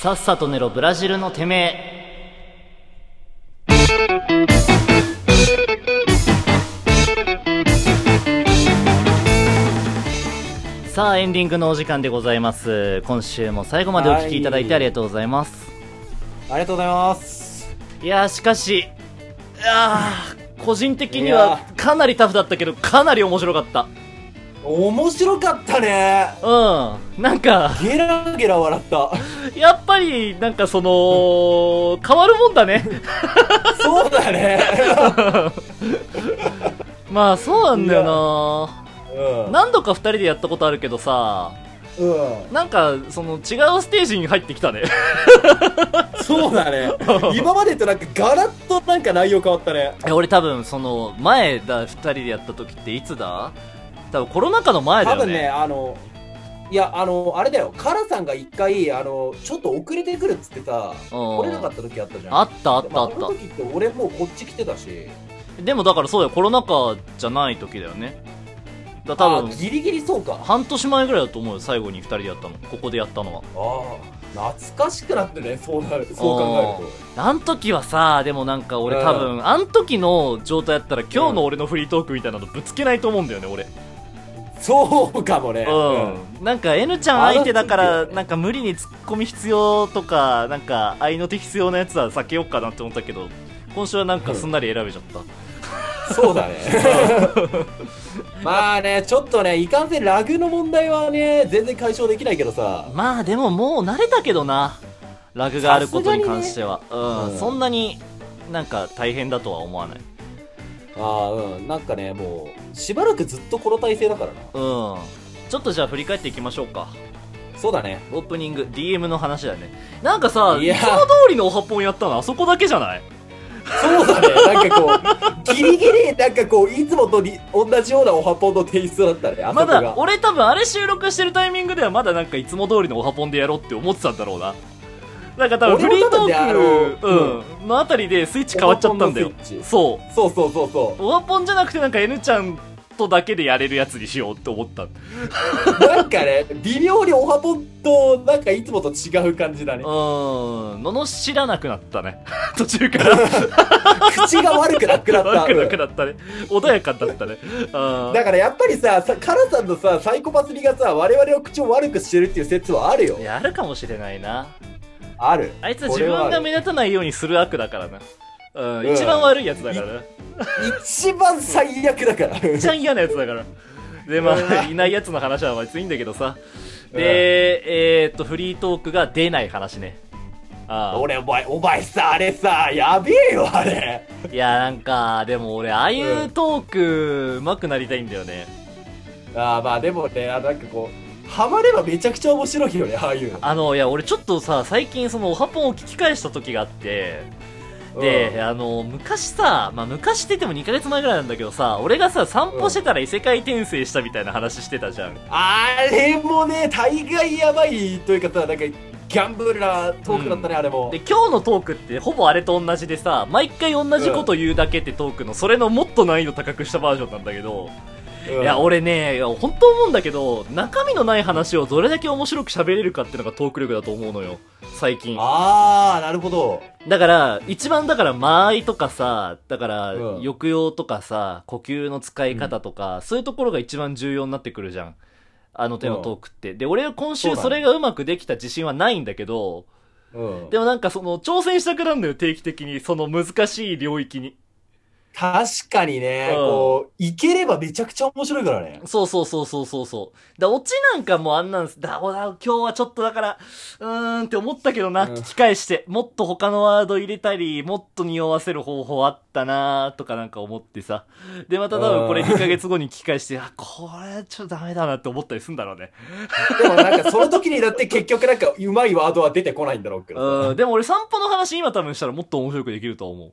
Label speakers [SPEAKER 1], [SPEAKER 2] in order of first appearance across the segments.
[SPEAKER 1] さっさと寝ろブラジルのてめえさあエンディングのお時間でございます今週も最後までお聞きいただいてありがとうございます、
[SPEAKER 2] ありがとうございます。
[SPEAKER 1] い、やーしかしあー個人的に
[SPEAKER 2] い
[SPEAKER 1] は
[SPEAKER 2] や
[SPEAKER 1] かなりタフだったけどかなり面白かった
[SPEAKER 2] 面白かったね。
[SPEAKER 1] うんなんか
[SPEAKER 2] ゲラゲラ笑った。
[SPEAKER 1] やっぱりなんかその変わるもんだ ね
[SPEAKER 2] そうだね。
[SPEAKER 1] まあそうなんだよな
[SPEAKER 2] うん。
[SPEAKER 1] 何度か2人でやったことあるけどさ
[SPEAKER 2] う
[SPEAKER 1] なんかその違うステージに入ってき たね
[SPEAKER 2] ん。そうだね。 今までとなんかガラッとなんか内容変わったね。
[SPEAKER 1] いや俺多分その前だ2人でやった時っていつだ多分コロナ禍の前だ
[SPEAKER 2] 多
[SPEAKER 1] よ
[SPEAKER 2] 分ね、
[SPEAKER 1] ね
[SPEAKER 2] あの、いや、あの、あれだよ。カラさんが一回、あの、ちょっと遅れてくるっつってさ、
[SPEAKER 1] うん
[SPEAKER 2] 来れなかった時あったじゃん。
[SPEAKER 1] あったあったあっ
[SPEAKER 2] まあ、あの時って俺もうこっち来てたし、
[SPEAKER 1] たでもだからそうだよコロナ禍じゃない時だよねだ多
[SPEAKER 2] あ
[SPEAKER 1] 分
[SPEAKER 2] ギリギリそうか。
[SPEAKER 1] 半年前ぐらいだと思うよ最後に2人でやったのここでやったのは
[SPEAKER 2] ああ、懐かしくなってね、そうなる。そう考える
[SPEAKER 1] あん時はさでもなんか俺多分、あん時の状態だったら今日の俺のフリートークみたいなのぶつけないと思うんだよね俺
[SPEAKER 2] と。そうかもね。
[SPEAKER 1] うん、なんか N ちゃん相手だからなんか無理にツッコミ必要とかなんか合いの手必要なやつは避けようかなって思ったけど今週はなんかすんなり選べちゃった、
[SPEAKER 2] そうだね。 まあね、ちょっとね、いかんせんラグの問題はね、全然解消できないけどさ。
[SPEAKER 1] まあでももう慣れたけどなラグがあることに関しては、うん
[SPEAKER 2] うん
[SPEAKER 1] そんなになんか大変だとは思わない
[SPEAKER 2] ああ、うん。なんかね、もう、しばらくずっとこの体勢だからな。
[SPEAKER 1] うんちょっとじゃあ振り返っていきましょうか
[SPEAKER 2] そうだね。
[SPEAKER 1] オープニング DM の話だねなんかさ
[SPEAKER 2] い
[SPEAKER 1] い
[SPEAKER 2] や
[SPEAKER 1] つも通りのおはっぽんやったのあそこだけじゃない
[SPEAKER 2] そうだね。なんかこう、ギリギリ、なんかこう、いつもとに同じようなおはぽんのテイストだったね。あそ
[SPEAKER 1] ま
[SPEAKER 2] こが
[SPEAKER 1] だ、俺多分あれ収録してるタイミングではまだなんかいつも通りのオハポンでやろうって思ってたんだろうな。なんか多分フリート
[SPEAKER 2] 俺
[SPEAKER 1] ー
[SPEAKER 2] も多
[SPEAKER 1] ク、
[SPEAKER 2] 分ねあの
[SPEAKER 1] うん、のあたりでスイッチ変わっちゃったんだよ
[SPEAKER 2] オハポンのスイッ。チ
[SPEAKER 1] そ。
[SPEAKER 2] そうそうそうそう
[SPEAKER 1] オハポンじゃなくてなんか N ちゃんとだけでやれるやつにしようって思った。
[SPEAKER 2] う。なんかね、微妙におはぽんと、なんかいつもと違う感じだね
[SPEAKER 1] う。ーん、罵らなくなった ね。途中から。
[SPEAKER 2] 口が悪くなくなっ た。
[SPEAKER 1] 悪くなくなったね。穏やかだったね。あ
[SPEAKER 2] だからやっぱりさ、さカラさんのさ、サイコパスにがさ、我々を口を悪くしてるっていう説はあるよ
[SPEAKER 1] い。や、あるかもしれないな。
[SPEAKER 2] ある。
[SPEAKER 1] あいつは自分が目立たないようにする悪だからな。うん、一番悪いやつだからな。
[SPEAKER 2] 一番最悪だから。
[SPEAKER 1] めっちゃ嫌なやつだから。 で、まあ、いないやつの話は別にいいんだけどさ。で、えーっと、フリートークが出ない話ね。あ
[SPEAKER 2] 俺、お前、お前さ、あれさ、やべえよ、あれ。
[SPEAKER 1] あ。いや、なんか、でも俺、ああいうトーク、うまくなりたいんだよね。
[SPEAKER 2] あーまあでもね、あなんかこう、ハマればめちゃくちゃ面白いよね、ああいうの。
[SPEAKER 1] あの、いや、俺ちょっとさ、最近、その、おはぽんを聞き返した時があって、で、
[SPEAKER 2] うん
[SPEAKER 1] あの、昔さ、まあ、昔って言っても2ヶ月前ぐらいなんだけどさ、俺がさ、散歩してたら異世界転生したみたいな話してたじゃん。
[SPEAKER 2] あれもね、大概やばいというかさ、なんか、ギャンブルなトークだったね、あれも
[SPEAKER 1] で。今日のトークってほぼあれと同じでさ毎回同じこと言うだけってトークのそれのもっと難易度高くしたバージョンなんだけど、
[SPEAKER 2] うん
[SPEAKER 1] いや俺ねいや本当思うんだけど中身のない話をどれだけ面白く喋れるかっていうのがトーク力だと思うのよ最近
[SPEAKER 2] あー、なるほど。
[SPEAKER 1] だから一番だから間合いとかさだから
[SPEAKER 2] うん
[SPEAKER 1] 抑揚とかさ呼吸の使い方とか、そういうところが一番重要になってくるじゃんあの手のトークって、で俺は今
[SPEAKER 2] そ
[SPEAKER 1] 週
[SPEAKER 2] うだね
[SPEAKER 1] それがうまくできた自信はないんだけど
[SPEAKER 2] うん
[SPEAKER 1] でもなんかその、挑戦したくなるのよ、定期的に。その難しい領域に。
[SPEAKER 2] 確かにね、
[SPEAKER 1] うん
[SPEAKER 2] こう、いければめちゃくちゃ面白いか らね。
[SPEAKER 1] そうそうそうそうそうそう。だ、オチなんかもうあんなんす。だ、ほら、今日はちょっとだから、うーんって思ったけどな、
[SPEAKER 2] うん
[SPEAKER 1] 聞き返して。もっと他のワード入れたり、もっと匂わせる方法あったなーとかなんか思ってさ。で、また多分これ
[SPEAKER 2] うん
[SPEAKER 1] 2ヶ月後に聞き返して、あ、これちょっとダメだなって思ったりすんだろうね。
[SPEAKER 2] でもなんかその時にだって結局なんかうまいワードは出てこないんだろうけどさ。
[SPEAKER 1] うん、でも俺散歩の話今多分したらもっと面白くできると思う。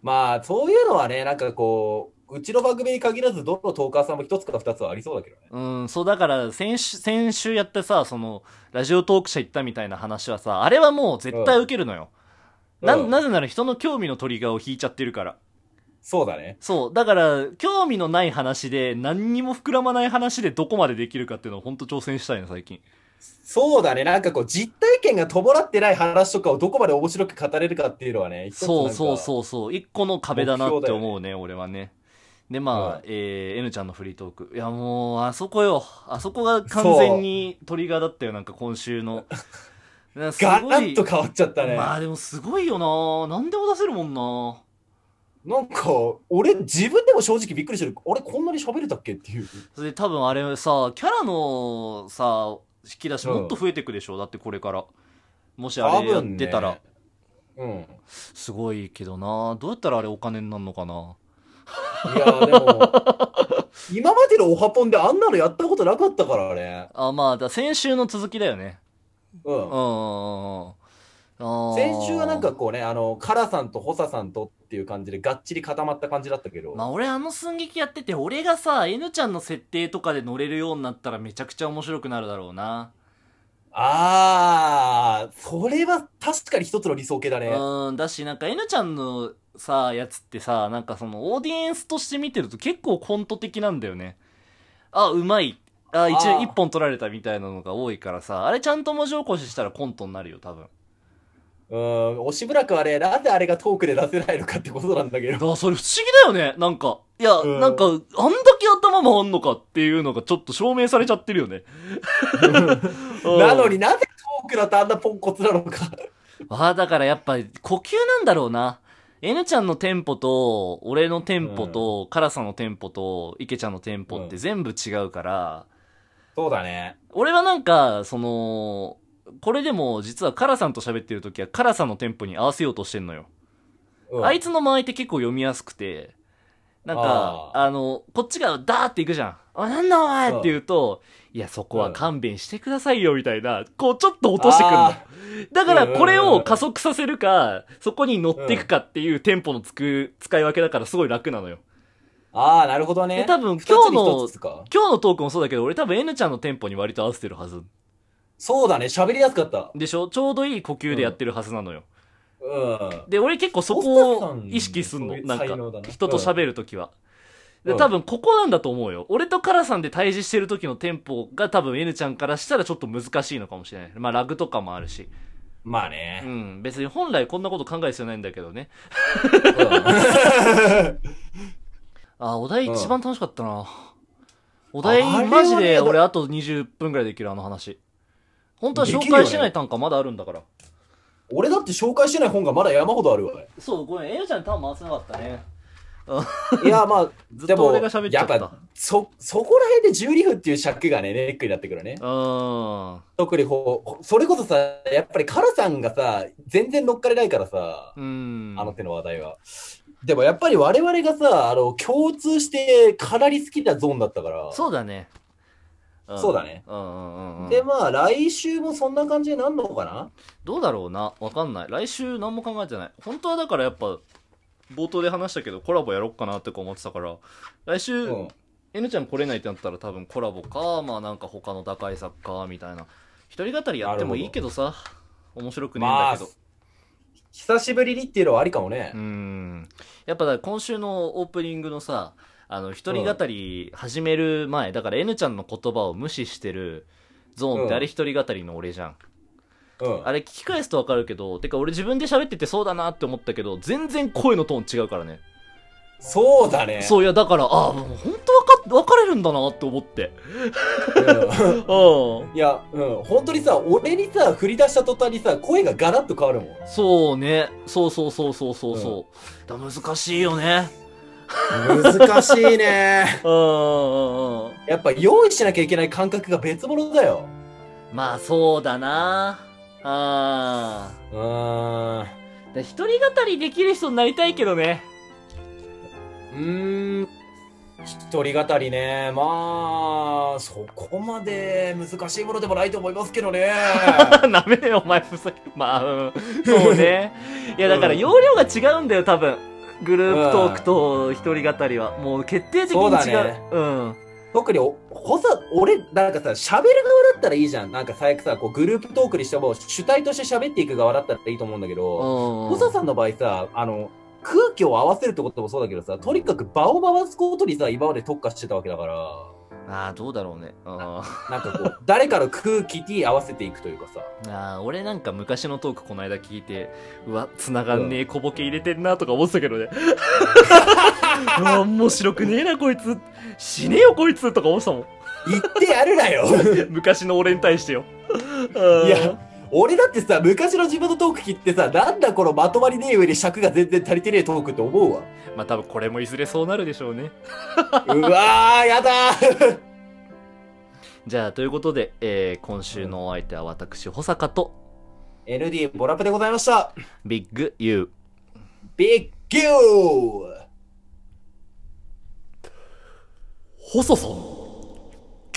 [SPEAKER 2] まあそういうのはね、なんかこう、うちの番組に限らずどのトーカーさんも一つから二つはありそうだけどね。
[SPEAKER 1] うん、そうだから先週、先週やってさ、その、ラジオトーク社行ったみたいな話はさ、あれはもう絶対受けるのよ。
[SPEAKER 2] うん
[SPEAKER 1] な、
[SPEAKER 2] うん
[SPEAKER 1] なぜなら人の興味のトリガーを引いちゃってるから。
[SPEAKER 2] そうだね。
[SPEAKER 1] そう、だから、興味のない話で、何にも膨らまない話でどこまでできるかっていうのをほんと挑戦したいな、最近。
[SPEAKER 2] そうだね、なんかこう、実体験が伴ってない話とかをどこまで面白く語れるかっていうのはね、
[SPEAKER 1] そうそう
[SPEAKER 2] う。
[SPEAKER 1] そうそう。一個の壁だなって思うね、俺はね。で、まあ、
[SPEAKER 2] はい
[SPEAKER 1] えー N ちゃんのフリートーク。いや、もう、あそこよ。あそこが完全にトリガーだったよ、なんか今週 の。なんかす
[SPEAKER 2] ガラ
[SPEAKER 1] ご
[SPEAKER 2] ッ
[SPEAKER 1] い
[SPEAKER 2] と。変わっちゃったね。
[SPEAKER 1] まあでもすごいよな。なんでも出せるもんな。
[SPEAKER 2] なんか、俺、自分でも正直びっくりしてる。俺、こんなに喋れたっけっていう。
[SPEAKER 1] それで多分あれさ、キャラのさ、引き出し
[SPEAKER 2] うん
[SPEAKER 1] もっと増えていくでしょ、だってこれから。もしあれやってたら。
[SPEAKER 2] 多分ね。
[SPEAKER 1] すごいけどな。どうやったらあれお金になるのかな。
[SPEAKER 2] うん。いやー、でも、今までのオハポンであんなのやったことなかったからね。
[SPEAKER 1] あ、まあ、だ先週の続きだよね。
[SPEAKER 2] うん
[SPEAKER 1] うん。うんうんうん。
[SPEAKER 2] 先週はなんか
[SPEAKER 1] あー、
[SPEAKER 2] こうね、あの、カラさんとホサさんとっていう感じで、がっちり固まった感じだったけど。
[SPEAKER 1] まあ俺あの寸劇やってて、俺がさ、N ちゃんの設定とかで乗れるようになったらめちゃくちゃ面白くなるだろうな。
[SPEAKER 2] あー、それは確かに一つの理想系だね。
[SPEAKER 1] うん、だしなんか N ちゃんのさ、やつってさ、なんかそのオーディエンスとして見てると結構コント的なんだよね。あ、うまい。あ、一
[SPEAKER 2] あー
[SPEAKER 1] 一本取られたみたいなのが多いからさ、あれちゃんと文字起こししたらコントになるよ、多分。
[SPEAKER 2] うん、おしぶらくあれ、なぜあれがトークで出せないのかってことなんだけど。
[SPEAKER 1] あ、それ不思議だよね、なんか。いや、
[SPEAKER 2] うん
[SPEAKER 1] なんか、あんだけ頭回んのかっていうのがちょっと証明されちゃってるよね。 うん
[SPEAKER 2] なのになぜトークだとあんなポンコツなのか。
[SPEAKER 1] ああ、だからやっぱり呼吸なんだろうな。N ちゃんのテンポと、俺のテンポと、カラさんのテンポと、イケちゃんのテンポって全部違うから、
[SPEAKER 2] そうだね。
[SPEAKER 1] 俺はなんか、その、これでも実はカラさんと喋ってる時はカラさんのテンポに合わせようとしてんのよ。
[SPEAKER 2] うん
[SPEAKER 1] あいつの間合いって結構読みやすくて、なんか、あ
[SPEAKER 2] あ
[SPEAKER 1] の、こっちがダーっていくじゃん。あ、なんだお前っ
[SPEAKER 2] うん
[SPEAKER 1] て言うと、いや、そこは勘弁してくださいよ、みたいな、こう、ちょっと落としてくんの
[SPEAKER 2] あ。
[SPEAKER 1] だから、
[SPEAKER 2] うんうんうん
[SPEAKER 1] これを加速させるか、そこに乗っていくかっていうテンポのつく、使い分けだからすごい楽なのよ。
[SPEAKER 2] あー、なるほどね。
[SPEAKER 1] で多分
[SPEAKER 2] 二つに
[SPEAKER 1] 今日の
[SPEAKER 2] 一つか
[SPEAKER 1] 今日のトークもそうだけど、俺多分 N ちゃんのテンポに割と合わせてるはず。
[SPEAKER 2] そうだね、喋りやすかった。
[SPEAKER 1] でしょちょうどいい呼吸でやってるはずなのよ。
[SPEAKER 2] うん。
[SPEAKER 1] で、俺結構そこを意識すんの。なんか、人と
[SPEAKER 2] る。
[SPEAKER 1] 喋るときは。
[SPEAKER 2] うん
[SPEAKER 1] で、多分ここなんだと思うよ。俺とカラさんで対峙してる時のテンポが多分 N ちゃんからしたらちょっと難しいのかもしれない。まあラグとかもあるし。
[SPEAKER 2] まあ
[SPEAKER 1] う
[SPEAKER 2] ね。
[SPEAKER 1] ん。別に本来こんなこと考える必要ないんだけどね。あ、お題
[SPEAKER 2] うん
[SPEAKER 1] 一番楽しかったな。お
[SPEAKER 2] あれは
[SPEAKER 1] 題
[SPEAKER 2] ね
[SPEAKER 1] マジで俺あと20分くらいできるあの話。本当は紹介してない単価まだあるんだから。
[SPEAKER 2] 俺だって紹介してない本がまだ山ほどあるわ。
[SPEAKER 1] そう、ごめん。N ちゃん単回せなかったね。
[SPEAKER 2] いや、まあ、
[SPEAKER 1] ずっ
[SPEAKER 2] で
[SPEAKER 1] と
[SPEAKER 2] も
[SPEAKER 1] 俺が喋っちゃった。
[SPEAKER 2] やっぱそ、そこら辺で12分っていう尺がね、ネックになってくるね。
[SPEAKER 1] うーん。
[SPEAKER 2] 特にこう、それこそさ、やっぱりカラさんがさ、全然乗っかれないからさ、
[SPEAKER 1] うん。
[SPEAKER 2] あの手の話題は。でもやっぱり我々がさ、あの、共通してかなり好きなゾーンだったから。
[SPEAKER 1] そうだね。ん
[SPEAKER 2] そうだね。
[SPEAKER 1] うんうんうんうん。
[SPEAKER 2] で、まあ、来週もそんな感じになんのかな
[SPEAKER 1] どうだろうなわかんない。来週何も考えてない。本当はだからやっぱ、冒頭で話したけど、コラボやろっかなってか思ってたから、来週、
[SPEAKER 2] うん。
[SPEAKER 1] N ちゃん来れないってなったら多分コラボか、まあなんか他の打開作か、みたいな。一人語りやってもいいけどさ、面白くねえんだけど。
[SPEAKER 2] ま久しぶりにっていうのはありかもね
[SPEAKER 1] う。ん。やっぱだから今週のオープニングのさ、あの、一人語り始める前、だから N ちゃんの言葉を無視してるゾーンってあれ一人語りの俺じゃん。
[SPEAKER 2] うん。
[SPEAKER 1] あれ聞き返すとわかるけど、てか俺自分で喋っててそうだなって思ったけど、全然声のトーン違うからね。
[SPEAKER 2] そうだね。
[SPEAKER 1] そういや、だから、ああ、もう本当分か、分かれるんだなって思って。
[SPEAKER 2] うん
[SPEAKER 1] うん。そ
[SPEAKER 2] いや、うん。本当にさ、俺にさ、振り出した途端にさ、声がガラッと変わるもん。
[SPEAKER 1] うね。そうそうそうそうそうそう。だ難しいよね。
[SPEAKER 2] 難しいね。
[SPEAKER 1] うんうんうん。
[SPEAKER 2] やっぱ用意しなきゃいけない感覚が別物だよ。
[SPEAKER 1] まあそうだな。あ
[SPEAKER 2] うーん。
[SPEAKER 1] あ。だ一人語りできる人になりたいけど ね。
[SPEAKER 2] うーん。一人語りね。まあ、そこまで難しいものでもないと思いますけどね。
[SPEAKER 1] ダメだよ、お前、ふざけ、まあ、うん。そうね。いや、だから、容量が違うんだよ、多分。グループトークと一人語りは。もう、決定的に違う。
[SPEAKER 2] そうだね
[SPEAKER 1] うん。
[SPEAKER 2] 特にお、ほさ、俺、なんかさ、喋る側だったらいいじゃん。なんか最悪さ、こうグループトークにしても、主体として喋っていく側だったらいいと思うんだけど、
[SPEAKER 1] う
[SPEAKER 2] ほささんの場合さ、あの、空気を合わせるってこともそうだけどさ、とにかく場を回すことにさ、今まで特化してたわけだから、
[SPEAKER 1] ああ、どうだろうね。あ
[SPEAKER 2] なんかこう、誰かの空気に合わせていくというかさ。
[SPEAKER 1] あー、俺なんか昔のトークこの間聞いて、うわ、繋がんねえ、小ボケ入れてんなとか思ってたけど ね。うわ、面白くねえな、こいつ。死ねよ、こいつとか思ってた もん。
[SPEAKER 2] 言ってやるなよ
[SPEAKER 1] 昔の俺に対してよ。
[SPEAKER 2] い
[SPEAKER 1] い
[SPEAKER 2] や、俺だってさ、昔の自分のトーク聞いてさ、なんだこのまとまりねえ上に尺が全然足りてねえトークって思うわ。
[SPEAKER 1] まあ多分これもいずれそうなるでしょうね。
[SPEAKER 2] うわー、やだー
[SPEAKER 1] じゃあ、ということで、えー今週のお相手は私、保坂と、
[SPEAKER 2] !ND ボラップでございました。
[SPEAKER 1] ビッグ U。
[SPEAKER 2] ビッギュー
[SPEAKER 1] 細さん、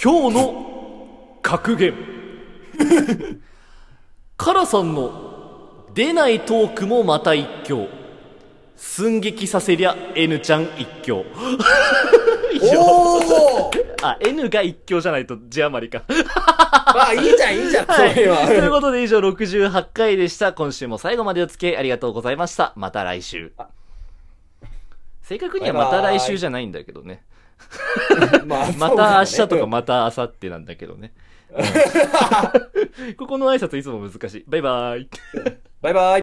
[SPEAKER 1] 今日の格言。 カラさんの出ないトークもまた一挙。寸劇させりゃ N ちゃん一 挙。
[SPEAKER 2] おー
[SPEAKER 1] あ、N が一挙じゃないと字余りか。
[SPEAKER 2] まあいいじゃん、いいじゃん、
[SPEAKER 1] はい。
[SPEAKER 2] そ
[SPEAKER 1] と
[SPEAKER 2] れ
[SPEAKER 1] いう
[SPEAKER 2] は。
[SPEAKER 1] ことで以上68回でした。今週も最後までお付き合いありがとうございました。また来週。正確にはまた来週じゃないんだけどね。
[SPEAKER 2] まあ
[SPEAKER 1] また明日とか
[SPEAKER 2] も。
[SPEAKER 1] また明後日なんだけどね。ここの挨拶いつも難しい。バイバイ。
[SPEAKER 2] バイバイ。